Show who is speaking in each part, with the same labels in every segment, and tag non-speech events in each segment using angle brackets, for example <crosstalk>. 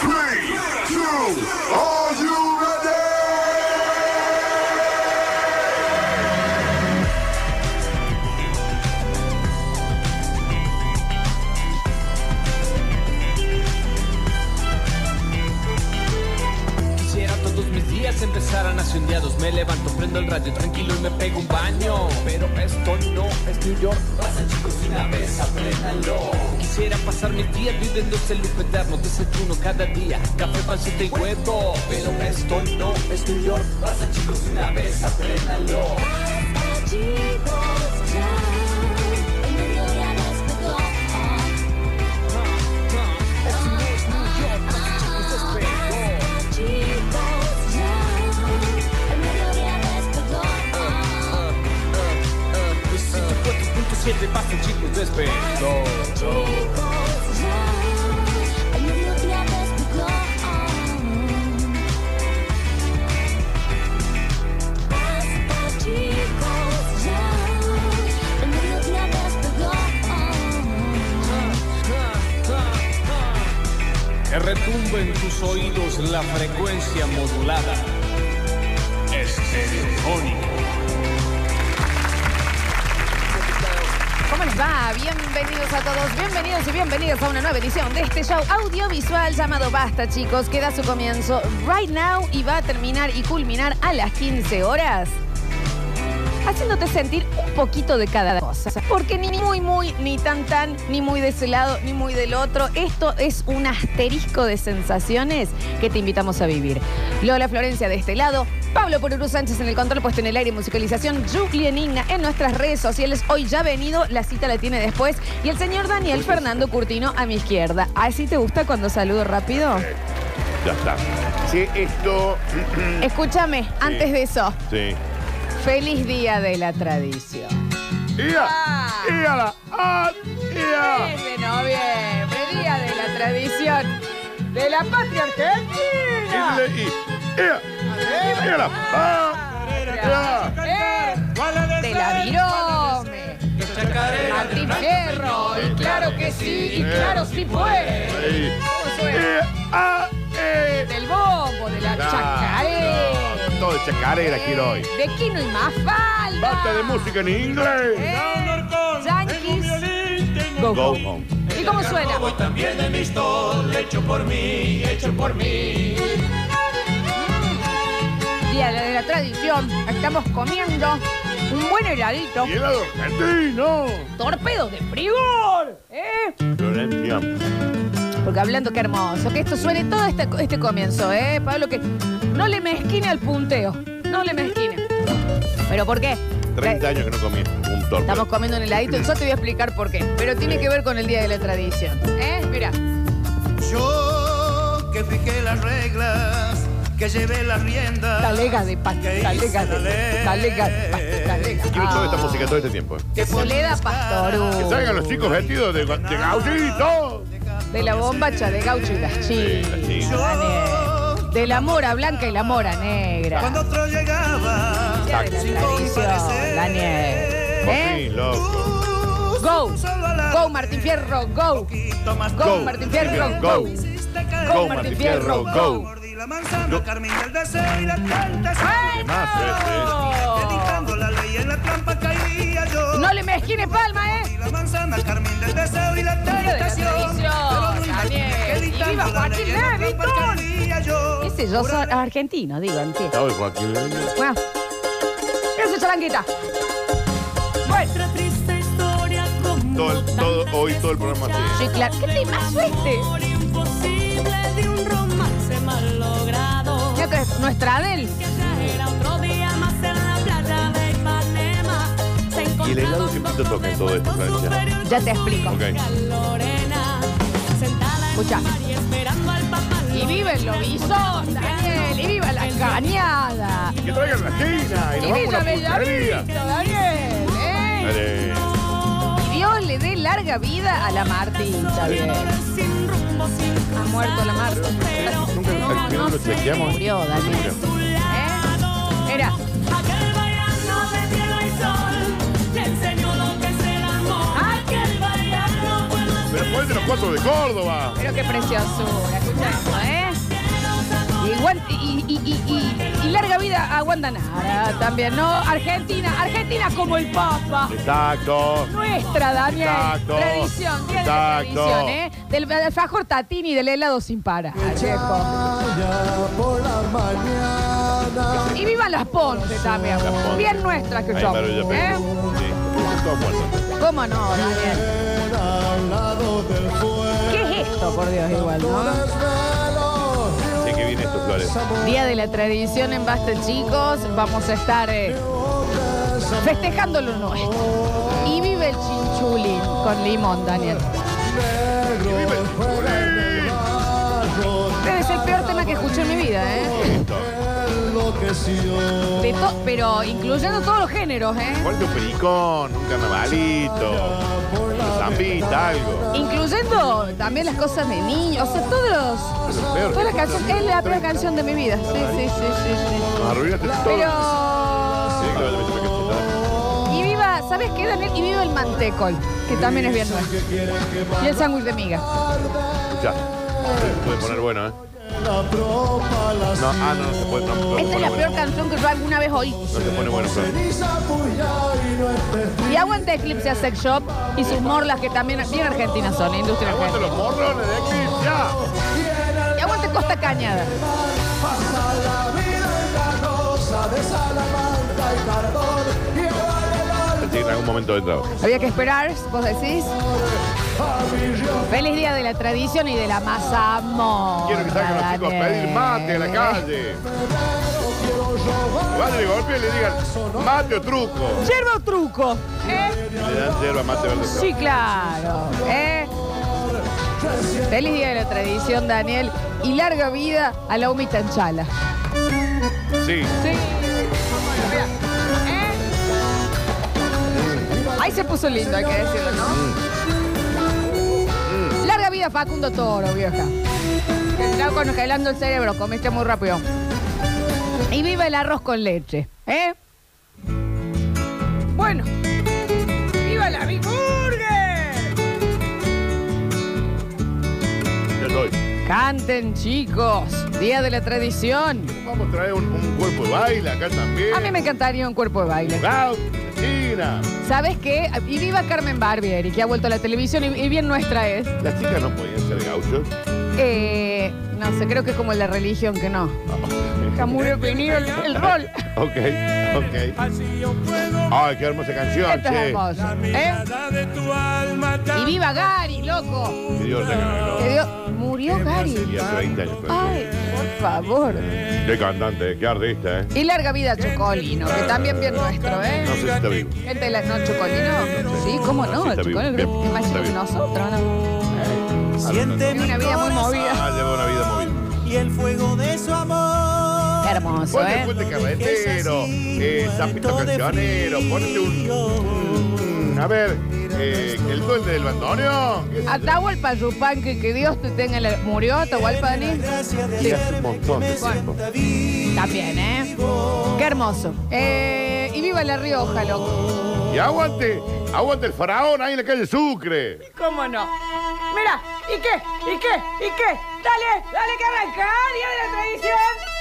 Speaker 1: three, two. Are you ready?
Speaker 2: Quisiera todos mis días empezaran así un día dos Me levanto, prendo el radio tranquilo y me pego un baño Pero esto no es New York Pasa chicos una vez, apréndanlo Quisiera pasar mis días viviendo ese loop eterno Desayuno cada día, café, pancita y huevo Pero esto no es New York Pasa chicos una vez, apréndanlo
Speaker 3: Chicos, ya, el mediodía despertó. Chicos, ya, el mediodía despertó.
Speaker 2: siete pasen chicos, despejo
Speaker 3: Chicos, ya, el mediodía despertó. Basta, chicos, ya, el mediodía despertó.
Speaker 2: Que retumbe en tus oídos la frecuencia modulada Estereofónica
Speaker 4: ¿Cómo les va? Bienvenidos a todos, bienvenidos y bienvenidas a una nueva edición de este show audiovisual llamado Basta, chicos, que da su comienzo right now y va a terminar y culminar a las 15 horas, haciéndote sentir un poquito de cada cosa. Porque ni muy, muy, ni tan, tan, ni muy de ese lado, ni muy del otro, esto es un asterisco de sensaciones que te invitamos a vivir. Lola Florencia de este lado, Pablo Pururú Sánchez en el control puesto en el aire y musicalización, Julie Enigna en nuestras redes sociales. Hoy ya ha venido, la cita la tiene después. Y el señor Daniel Fernando Curtino a mi izquierda. ¿Así te gusta cuando saludo rápido?
Speaker 5: Ya está. Sí, esto.
Speaker 4: Escúchame, antes de eso,
Speaker 5: Sí.
Speaker 4: feliz día de la tradición.
Speaker 5: ¡Ia!
Speaker 4: Ah.
Speaker 5: ¡Ia! ¡Ah! ¡Ia!
Speaker 4: 3 de noviembre, día de la tradición de la patria argentina.
Speaker 5: Ile, i. ¡Ia! ¡Ia! la- ¡Ah! ¡Ia!
Speaker 4: ¿Eh? De la virome. Martín Fierro, y claro que sí, y claro sí puede.
Speaker 5: Eh. ¡Ahí!
Speaker 4: ¿Cómo suena?
Speaker 5: ¡Ia! ¡Ah! ¡Eh!
Speaker 4: Del bombo, de la
Speaker 5: Ah,
Speaker 4: chacarera.
Speaker 5: no, Todo de chacarera quiero hoy.
Speaker 4: De Kino y Mafalda.
Speaker 5: Basta de música en inglés.
Speaker 4: Eh, Yankees. Go,
Speaker 5: Go
Speaker 4: home.
Speaker 5: home.
Speaker 4: ¿Y cómo suena?
Speaker 2: También de mis hecho por mí, hecho por mí
Speaker 4: Día de la tradición. Estamos comiendo un buen heladito.
Speaker 5: Y el lado argentino.
Speaker 4: Torpedo de frigor. ¿Eh?
Speaker 5: Florencia.
Speaker 4: Porque hablando qué hermoso, que esto suene todo este, este comienzo, ¿eh? Pablo, que no le mezquine al punteo. No le mezquine. ¿Pero por qué?
Speaker 5: 30 años que no comí un torpe.
Speaker 4: Estamos comiendo un heladito, yo te voy a explicar por qué. Pero tiene que ver con el Día de la Tradición. ¿Eh? Mira.
Speaker 6: Yo que fijé las reglas, que llevé las riendas.
Speaker 4: Talega de pasto, talega de talega de pasto, talega.
Speaker 5: Quiero toda esta
Speaker 4: Ah.
Speaker 5: música todo este tiempo.
Speaker 6: que fue
Speaker 4: Soledad
Speaker 5: Que salgan
Speaker 4: Pastorú.
Speaker 5: los chicos vestidos de, de gauchito.
Speaker 4: De la bombacha de gaucho y las
Speaker 5: Sí, así.
Speaker 4: chinas. Daniel. De la mora blanca y la mora negra.
Speaker 6: Cuando otro llegaba,
Speaker 4: Día de la tradición, Daniel.
Speaker 5: Por
Speaker 4: ¿Eh?
Speaker 5: fin, loco.
Speaker 6: tú
Speaker 4: Go,
Speaker 6: solo a la
Speaker 4: go Martín Fierro, go.
Speaker 6: poquito más
Speaker 4: Go,
Speaker 6: tú
Speaker 4: Martín Fierro,
Speaker 5: Go.
Speaker 4: go.
Speaker 6: hiciste caer.
Speaker 4: Go, Martín Fierro,
Speaker 5: go.
Speaker 6: Mordí la manzana,
Speaker 5: Go.
Speaker 6: Carmín del deseo y la tanta
Speaker 5: este,
Speaker 4: ¡Eso!
Speaker 6: Dedicando la ley en la trampa caía
Speaker 5: este.
Speaker 6: yo.
Speaker 4: No le mezquines palma, ¿eh?
Speaker 6: Y la manzana, Carmín del deseo y la
Speaker 4: Día de la
Speaker 6: tentación.
Speaker 4: tradición, Daniel. Y viva Joaquín Levington. ¿Qué sé yo? Soy argentino, digo, ¿en qué?
Speaker 5: ¿Sabes, Joaquín?
Speaker 4: Bueno. Eso, chalanguita. Bueno.
Speaker 7: Nuestra triste historia como
Speaker 5: Todo, todo,
Speaker 7: tantas
Speaker 5: hoy
Speaker 7: que
Speaker 5: todo el programa así.
Speaker 4: Sí, claro. ¿Qué este? tema suerte?
Speaker 7: Amor imposible de un romance mal logrado.
Speaker 4: Creo que es nuestra Adel.
Speaker 7: Que ya era otro día más en la playa de Ipanema. Se
Speaker 5: ¿Y el helado
Speaker 7: encontraron dos
Speaker 5: que pito toca en todo esto, Francia?
Speaker 4: Ya te explico.
Speaker 5: Ok.
Speaker 7: Lorena, sentada en
Speaker 4: Escucha.
Speaker 7: un bar y esperando al papá.
Speaker 4: Y viva el lobizón, Daniel. Y viva la cañada.
Speaker 5: Que traigan la china y
Speaker 4: Y
Speaker 5: nos
Speaker 4: viva
Speaker 5: vamos a una
Speaker 4: Bellavista,
Speaker 5: pulsería.
Speaker 4: Daniel. ¿eh?
Speaker 5: Dale.
Speaker 4: Y Dios le dé larga vida a la Martita. bien.
Speaker 7: Sin rumbo, sin
Speaker 4: Ha muerto la Marta.
Speaker 7: crucero.
Speaker 5: Nunca al final lo chequeamos.
Speaker 4: Murió, Daniel. ¿Eh? Era.
Speaker 7: Aquel bailando de cielo y sol le enseñó lo que es el amor.
Speaker 4: ¡Ay!
Speaker 1: foto de Córdoba.
Speaker 4: Pero qué preciosura, escuchamos, ¿eh? Y, guan- y, y- y- y- y larga vida a Guandanara también, ¿no? Argentina, Argentina como el Papa.
Speaker 1: Exacto.
Speaker 4: Nuestra, Daniel.
Speaker 1: Exacto.
Speaker 4: Tradición, tiene la
Speaker 1: Exacto.
Speaker 4: tradición, ¿eh? Del, del alfajor tatini y del helado sin parar, Checo. Y viva las Ponce también.
Speaker 1: Ponce.
Speaker 4: Bien nuestras que
Speaker 1: Ahí,
Speaker 4: somos,
Speaker 1: Maravilla
Speaker 4: ¿eh?
Speaker 1: Peña. Sí. Todos muertos.
Speaker 4: ¿Cómo no, Daniel? ¿Qué es esto, por Dios, igual, no?
Speaker 1: Che, que viene esto, Flores.
Speaker 4: Día de la tradición en Basta, chicos. Vamos a estar eh, festejando lo nuestro. Y vive el chinchulín con limón, Daniel. Debe ser el peor tema que escuché en mi vida, ¿eh?
Speaker 1: Listo.
Speaker 4: De to- pero incluyendo todos los géneros, ¿eh?
Speaker 1: Ponte un pericón, un carnavalito, una zambita, algo.
Speaker 4: Incluyendo también las cosas de niños, o sea, todos los...
Speaker 1: Pero peor.
Speaker 4: Todas las canciones, es la peor canción de mi vida. Sí, sí, sí, sí, sí.
Speaker 1: Nos arruinaste todo. Sí,
Speaker 4: Pero...
Speaker 1: que vaya, vaya, vaya, vaya.
Speaker 4: Y viva, ¿sabes qué, Daniel? Y viva el mantecol, que también es bien nuestro. Y el sándwich de miga.
Speaker 1: Escuchá. Se Puede poner bueno, ¿eh? No, ah, no, no se puede. No, no se
Speaker 4: Esta es
Speaker 1: pone
Speaker 4: la
Speaker 1: bueno.
Speaker 4: peor canción que yo alguna vez oí.
Speaker 1: No se pone bueno, Flor.
Speaker 4: Y aguante Eclipse a Sex Shop y sus morlas que también bien argentinas son, ¿eh? industria
Speaker 1: Aguante
Speaker 4: argentina.
Speaker 1: los morrones de aquí, ya.
Speaker 4: Y aguante Costa Cañada.
Speaker 1: Pensé que en algún momento de trabajo.
Speaker 4: Había que esperar, vos decís. Feliz día de la tradición y de la masa amor.
Speaker 1: Quiero que salgan los chicos a pedir mate a la calle. Vayan y golpeen y le digan mate o truco.
Speaker 4: Yerba o truco. ¿eh?
Speaker 1: Y le dan yerba mate verde.
Speaker 4: Sí, claro. ¿eh? Feliz día de la tradición, Daniel. Y larga vida a la humita en chala.
Speaker 1: Sí.
Speaker 4: Sí. ¿Eh? Ahí se puso lindo, hay que decirlo, ¿no? Larga vida Facundo Toro, vieja. Que está congelando el cerebro, comiste muy rápido. Y viva el arroz con leche, ¿eh? Bueno. ¡Viva la Big Burger!
Speaker 1: Ya estoy.
Speaker 4: Canten, chicos. Día de la tradición.
Speaker 1: Vamos a traer un, un cuerpo de baile acá también.
Speaker 4: A mí me encantaría un cuerpo de baile.
Speaker 1: Gaucho, China.
Speaker 4: ¿Sabes qué? Y viva Carmen Barbieri, que ha vuelto a la televisión y, y bien nuestra es.
Speaker 1: Las chicas no podían ser gauchos.
Speaker 4: Eh, no sé, creo que es como la religión que no. Está muy definido el, el rol.
Speaker 1: <laughs> Ok, ok. Ay, qué hermosa canción,
Speaker 4: Esto es
Speaker 1: che.
Speaker 4: hermoso. ¿eh? Y viva Gary, loco.
Speaker 1: Que Dios le
Speaker 4: Que
Speaker 1: ganó.
Speaker 4: Dios- Murió
Speaker 1: Y
Speaker 4: Gary.
Speaker 1: hace 20 años. Flor.
Speaker 4: Ay, por favor.
Speaker 1: Qué cantante, qué artista, ¿eh?
Speaker 4: Y larga vida a Chocolino, que también bien nuestro, ¿eh?
Speaker 1: No sé si está vivo.
Speaker 4: Gente de la no Chocolino. Sí, cómo no,
Speaker 1: Sí, está vivo.
Speaker 4: Chocolino.
Speaker 1: Bien, está
Speaker 4: Imagínate
Speaker 1: vivo.
Speaker 4: nosotros, ¿no?
Speaker 6: Siente
Speaker 4: Tiene una vida muy movida.
Speaker 1: Ah, lleva una vida movida.
Speaker 6: y el fuego de su amor.
Speaker 4: Hermoso,
Speaker 1: Ponte
Speaker 4: ¿eh?
Speaker 1: fuerte carretero, eh, zapito cancionero, ponete un... un- A ver, eh, el duende del bandoneón. que es-
Speaker 4: Atahualpa Yupanqui, que, que Dios te tenga en la... ¿Murió Atahualpa Dani?
Speaker 1: y hace un montón de tiempo.
Speaker 4: También, ¿eh? Qué hermoso. Eh, y viva La Rioja, loco.
Speaker 1: Y aguante, aguante el faraón ahí en la calle Sucre.
Speaker 4: ¿Cómo no? Mira, ¿y qué? ¿Y qué? ¿Y qué? Dale, dale que arranca, ¿eh? día de la tradición.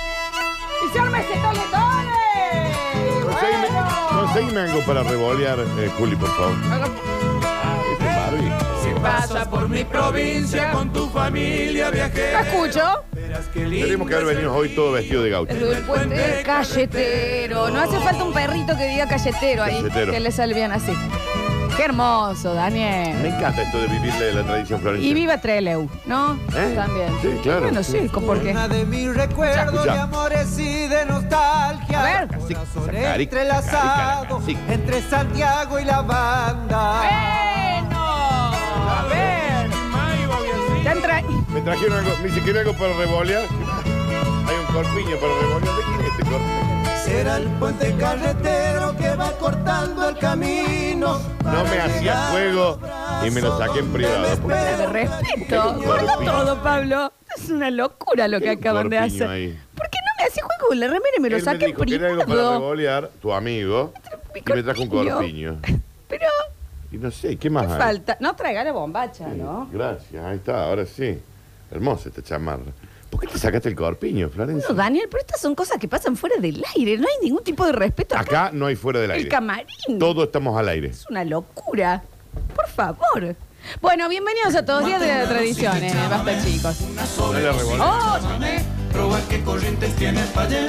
Speaker 4: Y se arma ese toletone.
Speaker 1: Conseguime, conseguime algo para revolear, eh, Juli, por favor. Este Barbie.
Speaker 8: Pasa por mi provincia con tu familia
Speaker 4: Te
Speaker 8: viajera.
Speaker 4: escucho.
Speaker 1: Tenemos que haber venido hoy todo vestido de gaucho.
Speaker 4: Desde el puente calletero. No hace falta un perrito que diga calletero ahí.
Speaker 1: Calletero.
Speaker 4: Que le sale bien así. Qué hermoso, Daniel.
Speaker 1: Me encanta esto de vivir la, la tradición florencia.
Speaker 4: Y viva Treleu, ¿no?
Speaker 1: ¿Eh?
Speaker 4: También.
Speaker 1: Sí, claro.
Speaker 4: Bueno, sí, ¿con- ¿por qué?
Speaker 2: Una de mis recuerdos
Speaker 1: Escucha.
Speaker 2: de amores y de
Speaker 4: A
Speaker 2: nostalgia.
Speaker 4: ver.
Speaker 2: Corazón
Speaker 1: Sacarica, sacarica,
Speaker 2: entrelazado
Speaker 1: sacarica.
Speaker 2: entre Santiago y la banda.
Speaker 4: Bueno, a ver. Ya entra-
Speaker 1: Me trajeron algo, me dice, ¿quiere algo para revolear? Hay un corpiño para revolear. ¿De quién es este corpiño?
Speaker 2: Será el puente carretero que va cortando el camino.
Speaker 1: No me hacía fuego y me lo saqué en privado. porque
Speaker 4: Te respeto. Guarda todo, Pablo. Es una locura lo que
Speaker 1: Qué
Speaker 4: acaban de
Speaker 1: corpiño
Speaker 4: hacer.
Speaker 1: ahí.
Speaker 4: ¿Por qué no me hacía juego con la remera y me lo
Speaker 1: él
Speaker 4: saqué
Speaker 1: me dijo, "¿Quiere algo para
Speaker 4: privado?
Speaker 1: revolear? Tu amigo.
Speaker 4: Mi
Speaker 1: Y me trajo un
Speaker 4: corpiño.
Speaker 1: corpiño.
Speaker 4: <laughs> Pero,
Speaker 1: Y
Speaker 5: Y no sé, ¿qué más
Speaker 4: ¿Qué
Speaker 5: hay?
Speaker 4: falta? No traiga la bombacha,
Speaker 5: Sí,
Speaker 4: ¿no?
Speaker 5: Gracias, ahí está, ahora sí. Hermosa esta chamarra. ¿Por qué te sacaste el corpiño, Florencia?
Speaker 4: No, Daniel, pero estas son cosas que pasan fuera del aire. No hay ningún tipo de respeto acá.
Speaker 5: Acá no hay fuera del
Speaker 4: El
Speaker 5: aire.
Speaker 4: camarín.
Speaker 5: Todo estamos al aire.
Speaker 4: Es una locura. Por favor. Bueno, bienvenidos a todos Días de la Tradición, eh, basta chicos.
Speaker 5: No le revolvés.
Speaker 4: ¡Oh!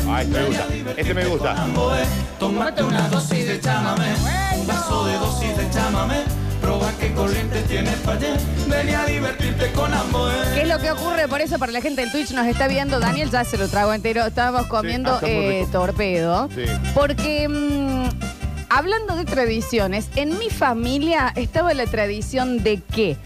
Speaker 5: Ah, este me gusta. Este me gusta.
Speaker 4: Tómate una dosis de chamame. Un vaso de dosis de chamame. Proba qué corrientes tienes para Ven a divertirte con Amboe. ¿Qué es lo que ocurre? Por eso, para la gente del Twitch nos está viendo. Daniel ya se lo trago entero. Estábamos comiendo
Speaker 5: ah, está muy
Speaker 4: eh,
Speaker 5: rico.
Speaker 4: torpedo.
Speaker 5: Sí.
Speaker 4: Porque. mm, Hablando de tradiciones, en mi familia estaba la tradición de que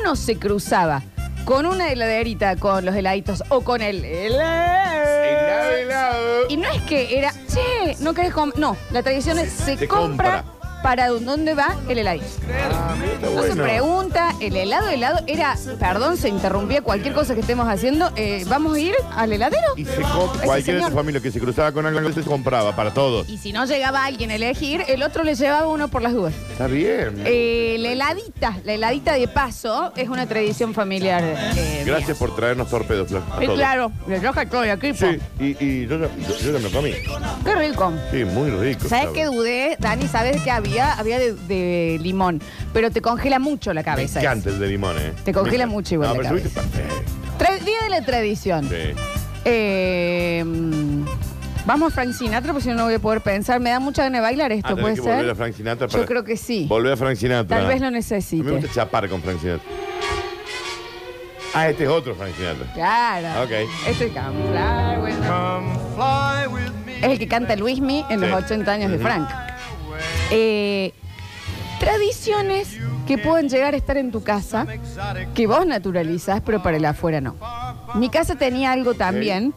Speaker 4: uno se cruzaba con una heladerita, con los heladitos o con el helado.
Speaker 5: Helado, helado.
Speaker 4: Y no es que era, che, no querés comprar. No, la tradición es se,
Speaker 5: Se
Speaker 4: compra,
Speaker 5: compra.
Speaker 4: para dónde va el heladito.
Speaker 5: Ah, mira, está
Speaker 4: No se
Speaker 5: bueno.
Speaker 4: pregunta, el helado, helado era, perdón, se interrumpía cualquier cosa que estemos haciendo, eh, vamos a ir al heladero.
Speaker 5: Y se co-
Speaker 4: Ese
Speaker 5: cualquiera de
Speaker 4: señor.
Speaker 5: tu familia que se cruzaba con algo se compraba para todos.
Speaker 4: Y si no llegaba alguien a elegir, el otro le llevaba uno por las dudas.
Speaker 5: Está bien.
Speaker 4: Eh, la heladita, la heladita de paso es una tradición familiar. eh,
Speaker 5: Gracias por traernos torpedos, Flor. a
Speaker 4: mía. Sí,
Speaker 5: todos.
Speaker 4: claro, le toca todo el equipo.
Speaker 5: Sí, y, y yo, ya, yo ya me lo comí.
Speaker 4: Qué rico.
Speaker 5: Sí, muy rico.
Speaker 4: ¿Sabes
Speaker 5: estaba.
Speaker 4: qué dudé, Dani? ¿Sabes qué había? Había de, de limón, pero te congela mucho la
Speaker 5: Me
Speaker 4: cabeza.
Speaker 5: encanta el de limón, ¿eh?
Speaker 4: Te congela
Speaker 5: Me-
Speaker 4: mucho igual
Speaker 5: No,
Speaker 4: la
Speaker 5: pero subiste perfecto.
Speaker 4: Tra- Día de la tradición.
Speaker 5: Sí.
Speaker 4: Eh, mm, vamos, Frank Sinatra, porque si no, no voy a poder pensar. Me da mucha gana de bailar esto,
Speaker 5: Ah, tenés
Speaker 4: ¿puede
Speaker 5: que volver
Speaker 4: ser?
Speaker 5: a Frank Sinatra
Speaker 4: Yo
Speaker 5: para-
Speaker 4: creo que sí.
Speaker 5: Volvé a Frank Sinatra.
Speaker 4: Tal vez lo
Speaker 5: A mí me gusta
Speaker 4: necesite.
Speaker 5: chapar con Frank Sinatra. Ah, este es otro Frank Sinatra.
Speaker 4: Claro.
Speaker 5: Ok.
Speaker 4: Este es Come Fly With Me. Es el que canta Luismi en los
Speaker 5: Sí.
Speaker 4: 80 años de Frank. Eh, tradiciones que pueden llegar a estar en tu casa, que vos naturalizás, pero para el afuera no. Mi casa tenía algo también,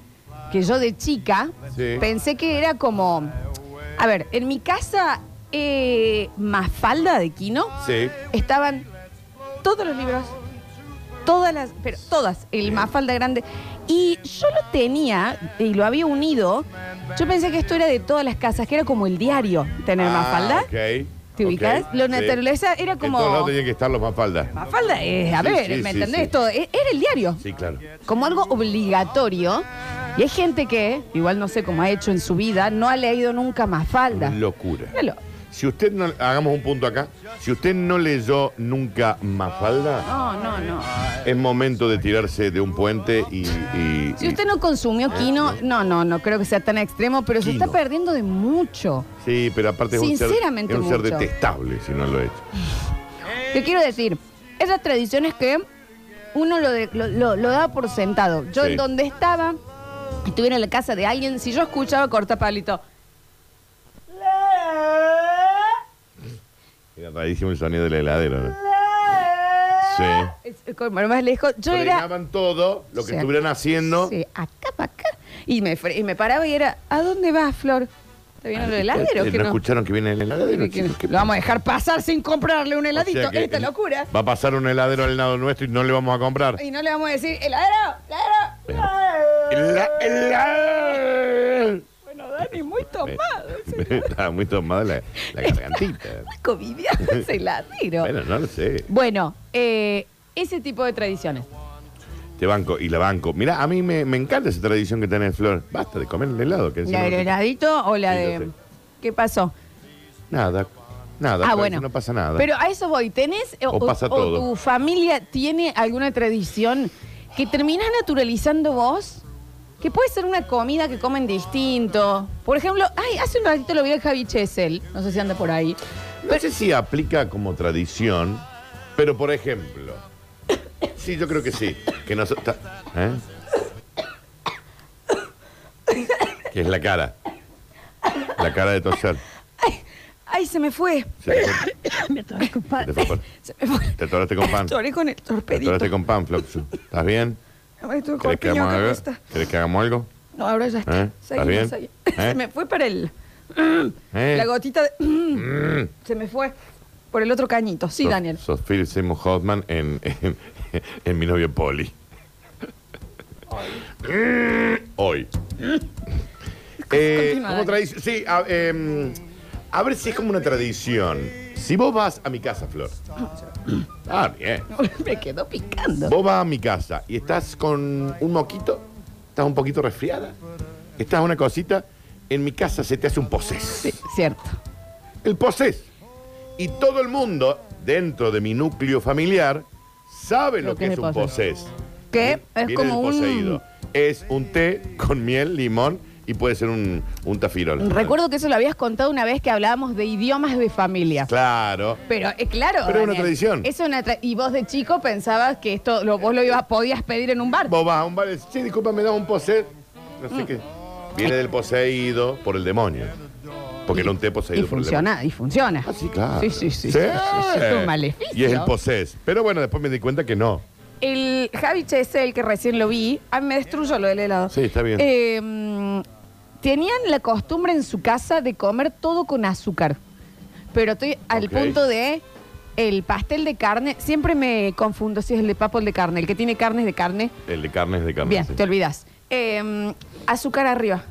Speaker 4: que yo de chica
Speaker 5: Sí.
Speaker 4: pensé que era como... A ver, en mi casa, eh, Mafalda de Quino,
Speaker 5: Sí.
Speaker 4: estaban todos los libros, todas las, pero todas, el Mafalda Grande. Y yo lo tenía y lo había unido. Yo pensé que esto era de todas las casas, que era como el diario tener Mafalda.
Speaker 5: Ah, ok.
Speaker 4: ¿Te
Speaker 5: Ok,
Speaker 4: ubicas? Lo
Speaker 5: sí.
Speaker 4: naturaleza era como.
Speaker 5: En todos lados tenían que estar los mafaldas.
Speaker 4: Mafalda es, a
Speaker 5: Sí,
Speaker 4: ver,
Speaker 5: sí,
Speaker 4: ¿me
Speaker 5: sí,
Speaker 4: entendés?
Speaker 5: sí.
Speaker 4: Todo, e- era el diario,
Speaker 5: Sí, claro.
Speaker 4: como algo obligatorio. Y hay gente que, igual no sé cómo ha hecho en su vida, no ha leído nunca Mafalda.
Speaker 5: Locura.
Speaker 4: Míralo.
Speaker 5: Si usted no. Hagamos un punto acá. Si usted no leyó nunca Mafalda,
Speaker 4: No, no, no.
Speaker 5: es momento de tirarse de un puente y. y-
Speaker 4: Si
Speaker 5: y-
Speaker 4: usted no consumió
Speaker 5: Ah,
Speaker 4: quino, no, no, no creo que sea tan extremo, pero se
Speaker 5: Quino.
Speaker 4: está perdiendo de mucho.
Speaker 5: Sí, pero aparte es un ser,
Speaker 4: Sinceramente
Speaker 5: es un ser
Speaker 4: mucho.
Speaker 5: detestable si no lo he hecho.
Speaker 4: Te quiero decir, esas tradiciones que uno lo, de- lo, lo- lo daba por sentado. Yo
Speaker 5: Sí.
Speaker 4: en donde estaba, estuviera en la casa de alguien, si yo escuchaba corta palito.
Speaker 5: Era rarísimo el sonido del heladero, ¿no? Sí.
Speaker 4: es- es como más lejos, yo era.
Speaker 5: Coordinaban todo lo que
Speaker 4: Sí.
Speaker 5: estuvieran haciendo.
Speaker 4: Sí, acá, pa' acá. Y me, fre- y me paraba y era, ¿a dónde vas, Flor? ¿Está bien el heladero?
Speaker 5: Eh,
Speaker 4: que
Speaker 5: ¿No,
Speaker 4: no?
Speaker 5: escucharon que viene el heladero?
Speaker 4: Que- que-
Speaker 5: chicos? ¿Qué
Speaker 4: Lo vamos a dejar pasar sin comprarle un
Speaker 5: pasa? O sea
Speaker 4: heladito.
Speaker 5: que
Speaker 4: Esta locura.
Speaker 5: Va a pasar un heladero al lado nuestro y no le vamos a comprar.
Speaker 4: Y no le vamos a decir, heladero, heladero, heladero.
Speaker 5: Hela- heladero.
Speaker 4: Bueno, Dani,
Speaker 5: <laughs>
Speaker 4: muy tomado.
Speaker 5: Estaba muy tomada la, la gargantita.
Speaker 4: Muy covidiado
Speaker 5: <laughs>
Speaker 4: ese heladero.
Speaker 5: Bueno, no lo sé.
Speaker 4: Bueno, eh, ese tipo de tradiciones.
Speaker 5: Te banco y la banco. Mirá, a mí me, me encanta esa tradición que tenés, Flor. Basta de comer el helado. Que encima
Speaker 4: ¿La del
Speaker 5: no te-
Speaker 4: heladito o la
Speaker 5: Sí, yo
Speaker 4: de...?
Speaker 5: sé.
Speaker 4: ¿Qué pasó?
Speaker 5: Nada, nada.
Speaker 4: ah,
Speaker 5: Florencia,
Speaker 4: bueno.
Speaker 5: No pasa nada.
Speaker 4: Pero a eso voy. ¿Tenés eh,
Speaker 5: O pasa todo.
Speaker 4: tu familia tiene alguna tradición que terminás naturalizando vos? Que puede ser una comida que comen distinto. Por ejemplo, ay, hace un ratito lo vi a Javi Chesel. No sé si anda por ahí.
Speaker 5: No sé si aplica como tradición, pero por ejemplo. Sí, yo creo que sí. Que nos, ta- ¿eh? Que es la cara. La cara de toser.
Speaker 4: Ay, se me fue.
Speaker 5: Se te fue-
Speaker 4: Me atoré con pan.
Speaker 5: Te fue por-
Speaker 4: Se me fue.
Speaker 5: Te
Speaker 4: <laughs>
Speaker 5: atoraste con pan.
Speaker 4: Me atoré con el
Speaker 5: Te
Speaker 4: torpedito.
Speaker 5: atoraste con pan, Floxu. ¿Estás bien?
Speaker 4: Ahora estoy con
Speaker 5: ¿Querés que
Speaker 4: piñón
Speaker 5: hagamos
Speaker 4: que
Speaker 5: algo?
Speaker 4: cuesta.
Speaker 5: ¿Querés que hagamos algo?
Speaker 4: No, ahora ya está.
Speaker 5: ¿Eh?
Speaker 4: Seguimos,
Speaker 5: ¿Estás bien?
Speaker 4: seguimos.
Speaker 5: ¿Eh?
Speaker 4: Se me fue para el.
Speaker 5: ¿Eh?
Speaker 4: La gotita de- mm,
Speaker 5: Mm.
Speaker 4: Se me fue por el otro cañito. Sí,
Speaker 5: So-
Speaker 4: Daniel. <laughs>
Speaker 5: Sos Phil Seymour Hoffman en, en, en mi novio Polly.
Speaker 4: <laughs>
Speaker 5: Hoy. Eh,
Speaker 4: Continúa,
Speaker 5: como
Speaker 4: Dani.
Speaker 5: tradición. Sí, a, em, a ver si es como una tradición. Si vos vas a mi casa, Flor. Ah, bien.
Speaker 4: Me quedó picando.
Speaker 5: Vos vas a mi casa y estás con un moquito, estás un poquito resfriada, estás una cosita, en mi casa se te hace un posés.
Speaker 4: Sí, cierto.
Speaker 5: El posés. Y todo el mundo, dentro de mi núcleo familiar, sabe lo, que, es,
Speaker 4: el
Speaker 5: un
Speaker 4: posés.
Speaker 5: posés.
Speaker 4: Que es
Speaker 5: Viene
Speaker 4: como
Speaker 5: del
Speaker 4: un...
Speaker 5: poseído. Es un té con miel, limón y puede ser un, un tafirol.
Speaker 4: Recuerdo que eso lo habías contado una vez que hablábamos de idiomas de familia.
Speaker 5: Claro.
Speaker 4: Pero eh, claro.
Speaker 5: Pero es una
Speaker 4: Daniel,
Speaker 5: tradición.
Speaker 4: Es una tra- y vos de chico pensabas que esto lo, vos lo ibas, podías pedir en un bar.
Speaker 5: Vos vas a un bar y dices, che, disculpa, me da un posé. No
Speaker 4: Mm.
Speaker 5: sé qué. Viene del poseído por el demonio. Porque era un té
Speaker 4: y
Speaker 5: poseído por el demonio.
Speaker 4: funciona, y funciona.
Speaker 5: Ah, sí, claro.
Speaker 4: Sí, sí, sí. sí, sí, sí, es un maleficio.
Speaker 5: Y es el posés. Pero bueno, después me di cuenta que no.
Speaker 4: El Javi Chesel, que recién lo vi, a mí me destruyó lo del helado.
Speaker 5: Sí, está bien.
Speaker 4: Eh, mm, tenían la costumbre en su casa de comer todo con azúcar. Pero estoy al
Speaker 5: Ok.
Speaker 4: punto de el pastel de carne. Siempre me confundo si es el de papa o el de carne. El que tiene carne es de carne.
Speaker 5: El de carne es de carne.
Speaker 4: Bien,
Speaker 5: sí.
Speaker 4: te olvidas. Eh, azúcar arriba.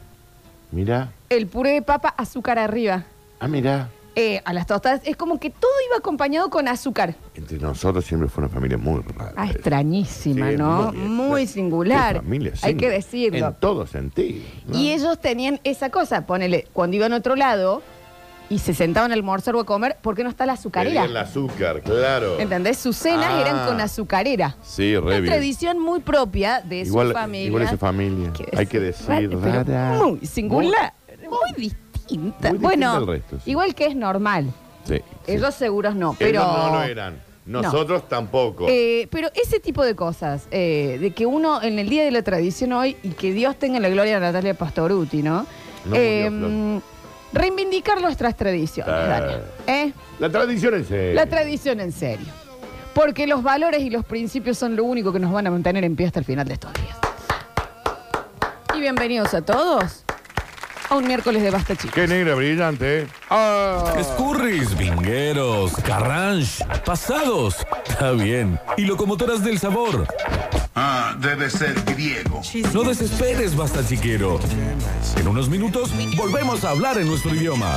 Speaker 5: Mirá.
Speaker 4: El puré de papa, azúcar arriba.
Speaker 5: Ah, mirá.
Speaker 4: Eh, a las tostadas. Es como que todo iba acompañado con azúcar.
Speaker 5: Entre nosotros siempre fue una familia muy rara.
Speaker 4: Ah, extrañísima,
Speaker 5: Eh, Sí,
Speaker 4: ¿no?
Speaker 5: muy-
Speaker 4: Muy singular.
Speaker 5: Qué familia,
Speaker 4: Hay
Speaker 5: sí.
Speaker 4: que decirlo.
Speaker 5: En todo sentido. ¿no?
Speaker 4: Y ellos tenían esa cosa, ponele, cuando iban a otro lado y se sentaban a almorzar o a comer, ¿por qué no está la azucarera?
Speaker 5: Pedían el azúcar, claro.
Speaker 4: ¿Entendés? Sus cenas
Speaker 5: Ah.
Speaker 4: eran con azucarera.
Speaker 5: Sí, re
Speaker 4: Una
Speaker 5: bien.
Speaker 4: tradición muy propia de
Speaker 5: Igual,
Speaker 4: su familia.
Speaker 5: igual esa familia.
Speaker 4: Que
Speaker 5: Hay
Speaker 4: es
Speaker 5: que decir,
Speaker 4: rara, pero
Speaker 5: rara.
Speaker 4: Muy singular, muy, distinta.
Speaker 5: Muy distinta
Speaker 4: bueno,
Speaker 5: al resto, sí.
Speaker 4: igual que es normal.
Speaker 5: Sí, sí.
Speaker 4: Ellos seguros no, pero...
Speaker 5: Ellos no lo eran. Nosotros tampoco.
Speaker 4: Eh, pero ese tipo de cosas, eh, de que uno en el Día de la Tradición hoy, y que Dios tenga la gloria de Natalia Pastoruti, ¿no?
Speaker 5: No murió,
Speaker 4: Eh,
Speaker 5: Flor.
Speaker 4: reivindicar nuestras tradiciones,
Speaker 5: Ah.
Speaker 4: Daniel, ¿eh?
Speaker 5: la tradición es serio.
Speaker 4: La tradición en serio. Porque los valores y los principios son lo único que nos van a mantener en pie hasta el final de estos días. Y bienvenidos a todos a un miércoles de Basta Chicos.
Speaker 5: Qué negra brillante. ¿eh? Ah.
Speaker 9: Escurris, vingueros, carranche, pasados. Está bien. Y locomotoras del sabor.
Speaker 1: Ah, debe ser griego.
Speaker 9: No desesperes, basta chiquero. En unos minutos volvemos a hablar en nuestro idioma.